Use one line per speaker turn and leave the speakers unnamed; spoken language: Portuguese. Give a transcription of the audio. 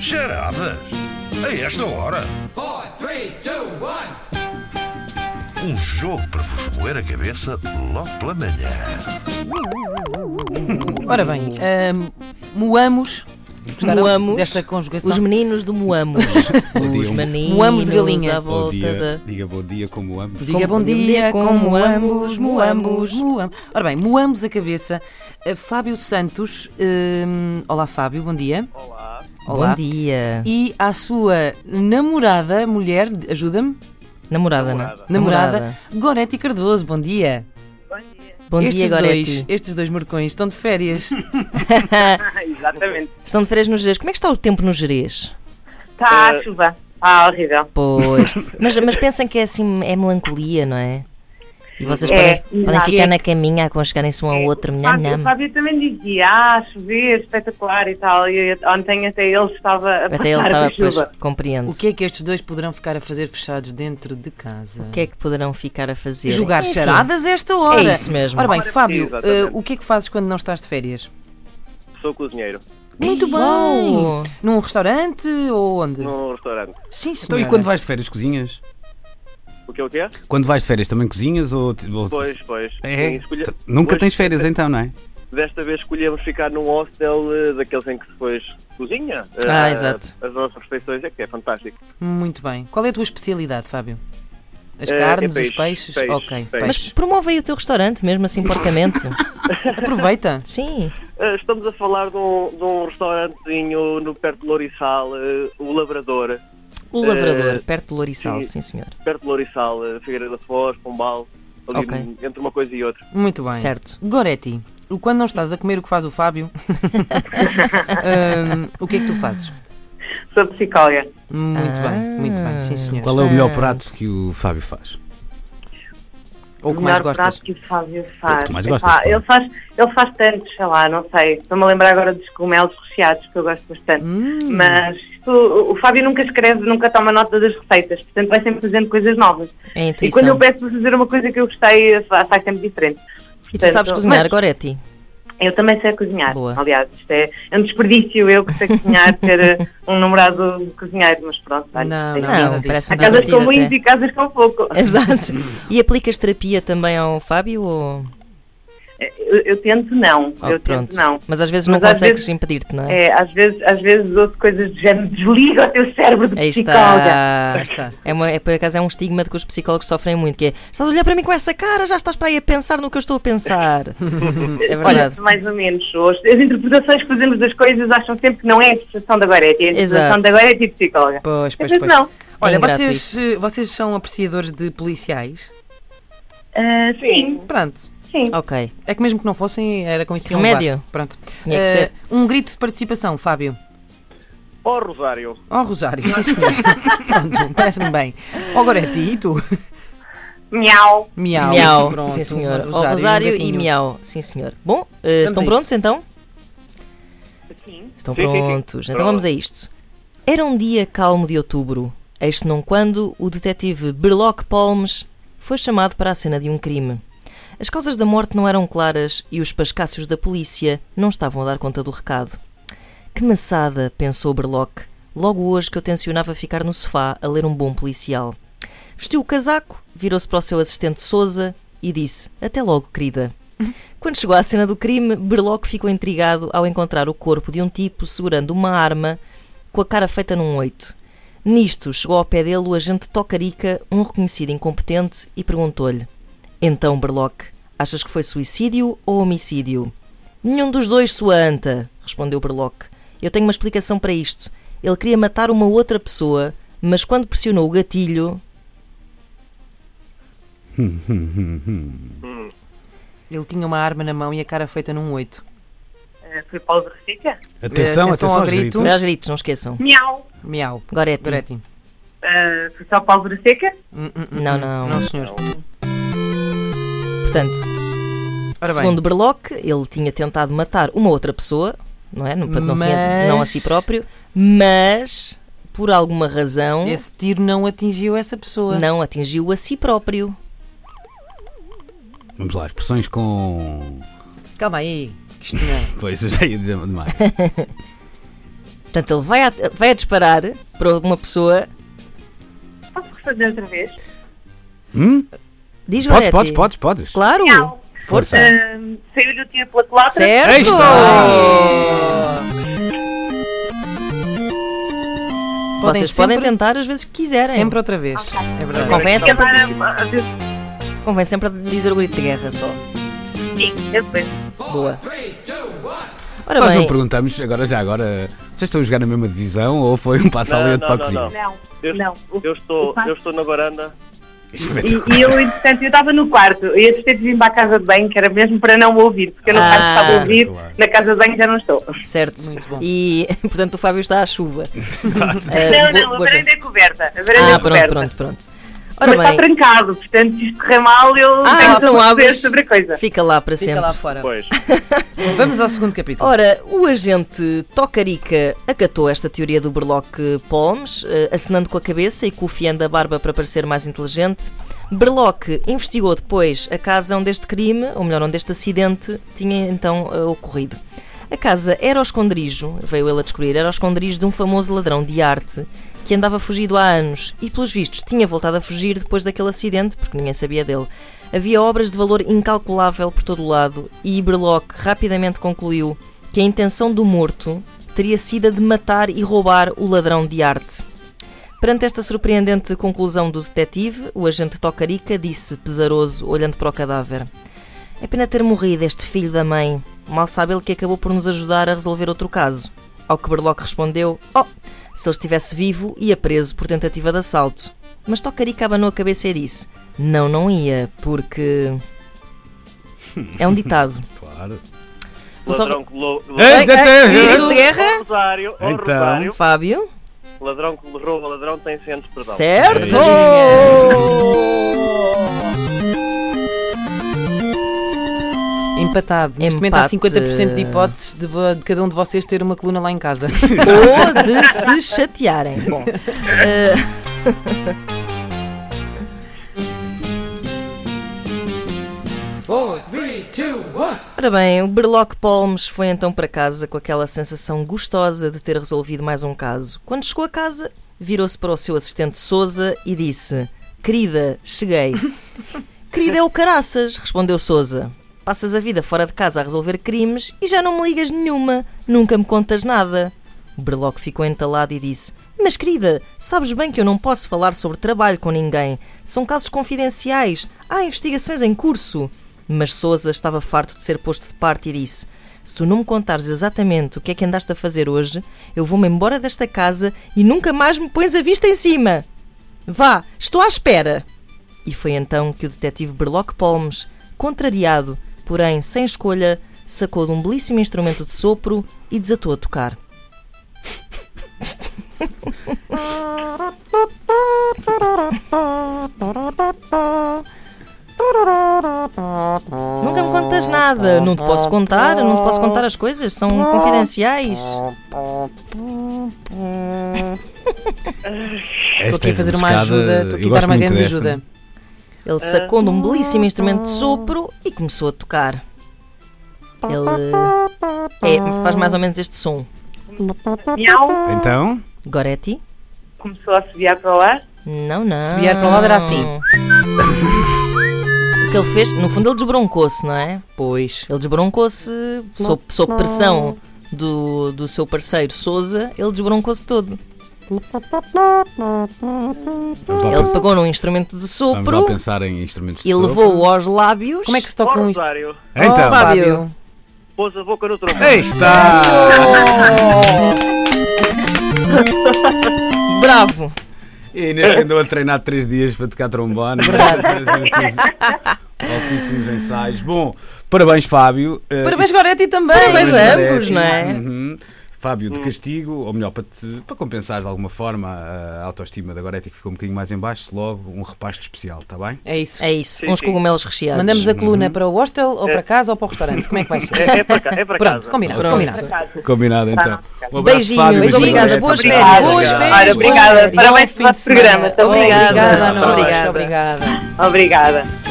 Geradas? A esta hora?
four, three, two, one.
Um jogo para vos moer a cabeça logo pela manhã.
Ora bem, ahm, moamos. Gostaram
Moamos.
Desta conjugação.
Os meninos do Moamos.
Bom dia,
Os
um-
meninos
Moamos de galinha.
à
Bom
volta
dia,
da.
diga bom dia como amo.
Diga
Com-
bom dia, com moambos,
moambos,
moambos, moambos. Ora bem, moambos a cabeça. Eh, Fábio Santos. hum, olá, Fábio, bom dia.
Olá,
Olá.
Bom dia.
E à sua namorada, mulher, ajuda-me,
Namorada, né? não?
Namorada.
namorada, Goretti Cardoso, bom dia.
bom dia.
Bom dia, é
estes, dois,
Goretti.
estes dois morcões estão de férias.
Exatamente.
Estão de férias no Jerez. Como é que está o tempo no Jerez?
Está
Eh,
a chuva. Ah, horrível.
Pois. mas, mas pensem que é assim, é melancolia, não é? E vocês
É,
podem, podem
exato.
ficar na caminha, aconchegarem-se um ao outro.
O
Nham,
Fábio, o
nham.
Fábio também dizia, ah, chover, espetacular e tal. E eu- ontem até ele estava a
Até ele
passar
estava,
a chuva.
pois, compreendo.
o que é que estes dois poderão ficar a fazer fechados dentro de casa?
O que é que poderão ficar a fazer?
Jogar
Enfim,
charadas a esta hora.
É isso mesmo.
Ora bem,
Ora,
Fábio,
sim,
eh,
exatamente.
o que é que fazes quando não estás de férias?
Sou cozinheiro
é
Muito
Uau!
Num restaurante ou onde?
num restaurante.
Sim, senhora.
Então, e quando vais de férias, cozinhas?
O que é o que é?
Quando vais de férias também cozinhas ou... ou-
Pois, pois.
É?
Sim, escolhe-
T- Nunca
hoje-
tens férias então, não é?
Desta vez escolhemos ficar num hostel eh, daqueles em que depois cozinha. eh,
Ah, exato.
As nossas refeições é que é fantástico.
Muito bem. Qual é a tua especialidade, Fábio? As
Eh,
carnes,
é
os
peixe,
peixes?
peixe,
ok,
peixe.
Mas promove aí o teu restaurante, mesmo assim, porcamente.
Aproveita.
Sim.
Eh, estamos a falar de um, de um restaurantezinho no, perto de Lourissal, eh, o Labrador.
O Lavrador,
Eh,
perto do Louriçal,
sim.
sim, senhor.
Perto de Lourissal, eh, Figueira da Foz, Pombal. Ali
Ok.
entre uma coisa e outra.
Muito bem.
Certo.
Goretti, o- quando não estás a comer o que faz o Fábio, hum, o que é que tu fazes?
Sou psicóloga.
Muito
Ah.
bem, muito bem, sim senhor.
Qual é o melhor
Certo.
prato que o Fábio faz?
Ou o que
O
mais
melhor
gostas?
prato que o Fábio faz.
É O que tu mais gostas, claro.
ele faz. Ele faz tantos, sei lá, não sei. Estou-me a lembrar agora dos cogumelos recheados, que eu gosto bastante.
Hum.
Mas isto- o, o Fábio nunca escreve, nunca toma nota das receitas. Portanto, vai sempre fazendo coisas novas.
É a
E quando eu
intuição.
peço para fazer uma coisa que eu gostei, fa- faz sempre diferente.
E tu sabes
Portanto,
cozinhar, é
mas-
Goretti?
Eu também sei cozinhar.
Boa.
Aliás, isto é, é um desperdício eu que sei cozinhar, ter eh, um namorado cozinheiro, mas pronto, olha,
Não,
é
não,
assim.
nada
Não,
disso,
parece
Há
nada
nada
casas
disso.
divertido
com muito
até.
e casas com pouco.
Exato.
Hum.
E aplicas terapia também ao Fábio? Ou...
Eh, Eu, eu tento não,
ou
eu
Oh, pronto.
tento não.
Mas às vezes
Mas
não
às
consegues
vezes-
impedir-te, não é?
É, às vezes, às vezes ouço coisas do género, desliga o teu cérebro de
Aí
psicóloga.
Lá
está.
está.
É, uma, é por acaso é um estigma de que os psicólogos sofrem muito, que é estás a olhar para mim com essa cara, já estás para aí a pensar no que eu estou a pensar. é
Olha,
verdade.
mais ou menos. As, as interpretações que fazemos das coisas acham sempre que não é a interpretação da Goretti, é a interpretação
Exato.
da Goretti e psicóloga.
Pois,
Às
pois,
vezes
pois.
não.
Olha,
ingrato
vocês,
isso.
eh, vocês são apreciadores de policiais?
Ah, sim,
Pronto.
sim.
ok.
É que mesmo que não fossem, era com isso que iam
Remédio.
levar. Pronto.
Tinha que
Eh,
ser.
um grito de participação, Fábio.
Ó Rosário,
Oh, Rosário, sim senhor. Pronto, parece-me bem. Oh, Goretti, e tu?
Miau.
Miau.
miau.
Pronto,
sim, senhor.
um
Ó, Rosário,
um
e
gatinho.
miau. Sim, senhor. Bom, eh,
Vamos a
estão
isto.
prontos então? Estão
Sim, sim, sim.
prontos. Então
Pronto.
vamos a isto. Era um dia calmo de outubro, eis não quando o detetive Berloc Palmes foi chamado para a cena de um crime. As causas da morte não eram claras e os pascácios da polícia não estavam a dar conta do recado. Que maçada, pensou Berloc, logo hoje que eu tencionava ficar no sofá a ler um bom policial. Vestiu o casaco, virou-se para o seu assistente Souza e disse: Até logo, querida. Quando chegou à cena do crime, Berloc ficou intrigado ao encontrar o corpo de um tipo segurando uma arma com a cara feita num oito. Nisto, chegou ao pé dele o agente Tocarica, um reconhecido incompetente, e perguntou-lhe: Então, Berloc, achas que foi suicídio ou homicídio? Nenhum dos dois, sua anta, respondeu Berloc. Eu tenho uma explicação para isto. Ele queria matar uma outra pessoa, mas quando pressionou o gatilho,
Ele tinha uma arma na mão e a cara feita num oito.
Eh, Foi Paulo de Refica?
Atenção,
É, atenção
atenção
ao
aos
grito.
gritos.
Não é aos gritos, não esqueçam. é
Miau.
Miau.
Goretti.
Goretti.
Uh, foi só pálvora seca?
Hum, hum, hum,
Não,
hum.
não.
Não, senhor.
Portanto,
Ora bem.
segundo Berloc, ele tinha tentado matar uma outra pessoa, não é? Não, portanto, não, se tinha- não a si
Mas-
próprio, mas por alguma razão
Esse tiro não atingiu essa pessoa.
não atingiu a si próprio.
Vamos lá, expressões com...
Calma aí, Cristina.
Pois, eu já ia dizer demais.
Portanto, ele vai a, vai a disparar para uma pessoa.
Posso fazer outra vez?
Hum?
Diz
Podes,
Gorete.
podes, podes, podes.
Claro!
Não.
Força.
Ahm, saiu do tiro pela culatra.
Certo!
Aí está.
Podem
Vocês
sempre-
podem tentar as vezes que quiserem.
Sempre outra vez. É verdade.
Convém
Quer
sempre,
dar é a- a- a-
convém sempre dizer o grito de guerra só.
Sim, eu depois.
Boa.
Three, two, one.
Ora
Nós não
bem,
perguntamos, agora já agora, vocês estão a jogar na mesma divisão ou foi um passo à
Não,
linha de
não, não,
toquezinho?
Não,
Eu,
não. O-
eu
o
estou,
Fábio-
eu estou na varanda.
E, e eu, entretanto, eu estava no quarto. Eu ia ter de vir para a casa de banho, que era mesmo para não ouvir, porque eu no
Ah.
quarto estava a ouvir,
Claro.
na casa de banho já não estou.
certo.
Muito bom.
E, portanto, o Fábio está à chuva. Eh,
Não,
boa-
não, a
boa
varanda é coberta. A varanda
Ah,
é coberta.
pronto, pronto, pronto.
Mas
Ora
está
bem,
trancado, portanto, se isto correr mal, eu
Ah,
tenho
então
que saber
abres.
sobre a coisa.
fica lá para sempre.
Fica lá fora.
Pois.
Vamos ao segundo capítulo.
Ora, o agente Tocarica acatou esta teoria do Berloque Palmes, eh, acenando com a cabeça e cofiando a barba para parecer mais inteligente. Berloque investigou depois a casa onde este crime, ou melhor, onde este acidente tinha então eh, ocorrido. A casa era o esconderijo, veio ele a descobrir, era o esconderijo de um famoso ladrão de arte que andava fugido há anos e, pelos vistos, tinha voltado a fugir depois daquele acidente, porque ninguém sabia dele. Havia obras de valor incalculável por todo o lado e Berloque rapidamente concluiu que a intenção do morto teria sido a de matar e roubar o ladrão de arte. Perante esta surpreendente conclusão do detetive, o agente Tocarica disse, pesaroso, olhando para o cadáver: É pena ter morrido este filho da mãe. Mal sabe ele que acabou por nos ajudar a resolver outro caso. Ao que Berloque respondeu: Oh, se ele estivesse vivo, ia preso por tentativa de assalto. Mas Tocarica abanou a cabeça e disse: Não, não ia, porque. É um ditado.
Claro.
Vou só-
Ladrão que lou-
Ei,
Ei, ei, grito de
ei, ei,
guerra?
Rosário, ó
Então.
Rosário,
Fábio?
ladrão que rouba ladrão tem centro, perdão.
Certo,
Ei.
Empatado. Neste momento há
Empate.
50% de hipóteses de, vo- de cada um de vocês ter uma coluna lá em casa.
Ou de se chatearem. Bom, eh,
Four, three, two, one.
ora bem, o Berloque Palmes foi então para casa com aquela sensação gostosa de ter resolvido mais um caso. Quando chegou a casa, virou-se para o seu assistente Souza e disse: Querida, cheguei. Querida é o caraças, respondeu Souza. Passas a vida fora de casa a resolver crimes e já não me ligas nenhuma, nunca me contas nada. Berloque ficou entalado e disse: Mas querida, sabes bem que eu não posso falar sobre trabalho com ninguém. São casos confidenciais. Há investigações em curso. Mas Souza estava farto de ser posto de parte e disse: Se tu não me contares exatamente o que é que andaste a fazer hoje, eu vou-me embora desta casa e nunca mais me pões a vista em cima. Vá, estou à espera. E foi então que o detetive Berloque Palmes, contrariado, porém sem escolha, sacou de um belíssimo instrumento de sopro e desatou a tocar. Nunca me contas nada, não te posso contar, não te posso contar as coisas, são confidenciais.
Estou aqui a fazer uma
é rebuscada,
ajuda, estou aqui
eu
a dar
gosto
uma
muito
grande
desta.
ajuda.
Ele sacou de um belíssimo instrumento de sopro e começou a tocar. Ele é, faz mais ou menos este som.
Miau,
Então,
Goretti?
começou a assobiar para o ar.
Não, não.
Se vier para o lado era assim.
O que ele fez, no fundo ele desbroncou-se, não é? Pois. Ele desbroncou-se sob, sob pressão do, do seu parceiro Souza, ele desbroncou-se todo.
vamos lá,
Ele
pensar,
pegou num instrumento de
vamos lá
sopro
pensar em instrumentos de
e
sopro.
levou-o aos lábios.
Como é que se
Ó
toca um instrumento?
Rosário,
Então,
Oh, Fábio.
pôs a boca no tronco.
aí está!
Bravo!
E Inês andou a treinar três dias para tocar trombone. Altíssimos ensaios. Bom, parabéns, Fábio. Eh,
Parabéns, Goretti, também.
Parabéns a
Parece.
ambos, não é?
Uhum. Fábio, de castigo, ou melhor, para, te- para compensar de alguma forma eh, a autoestima da Gorete que ficou um bocadinho mais em baixo, logo um repasto especial, está bem?
É Uhum. isso.
É isso,
Sim,
uns
sim.
cogumelos recheados.
Mandamos a coluna para o hostel, ou para casa, ou para o restaurante. Como é que vai ser?
É, é para, cá, é para
Pronto,
casa.
combinado,
Pronto.
combinado.
Combinado, então. Um abraço,
Beijinhos,
Fábio, beijinho,
obrigada,
Gorete.
boas
Obrigado.
férias.
Boas
Obrigado.
férias.
Ora, obrigada.
Boas férias.
Parabéns
Bom
pelo
fim de
vosso programa.
semana.
Também.
Obrigada.
Obrigada, Ana.
Obrigada.
Obrigada.
Obrigada.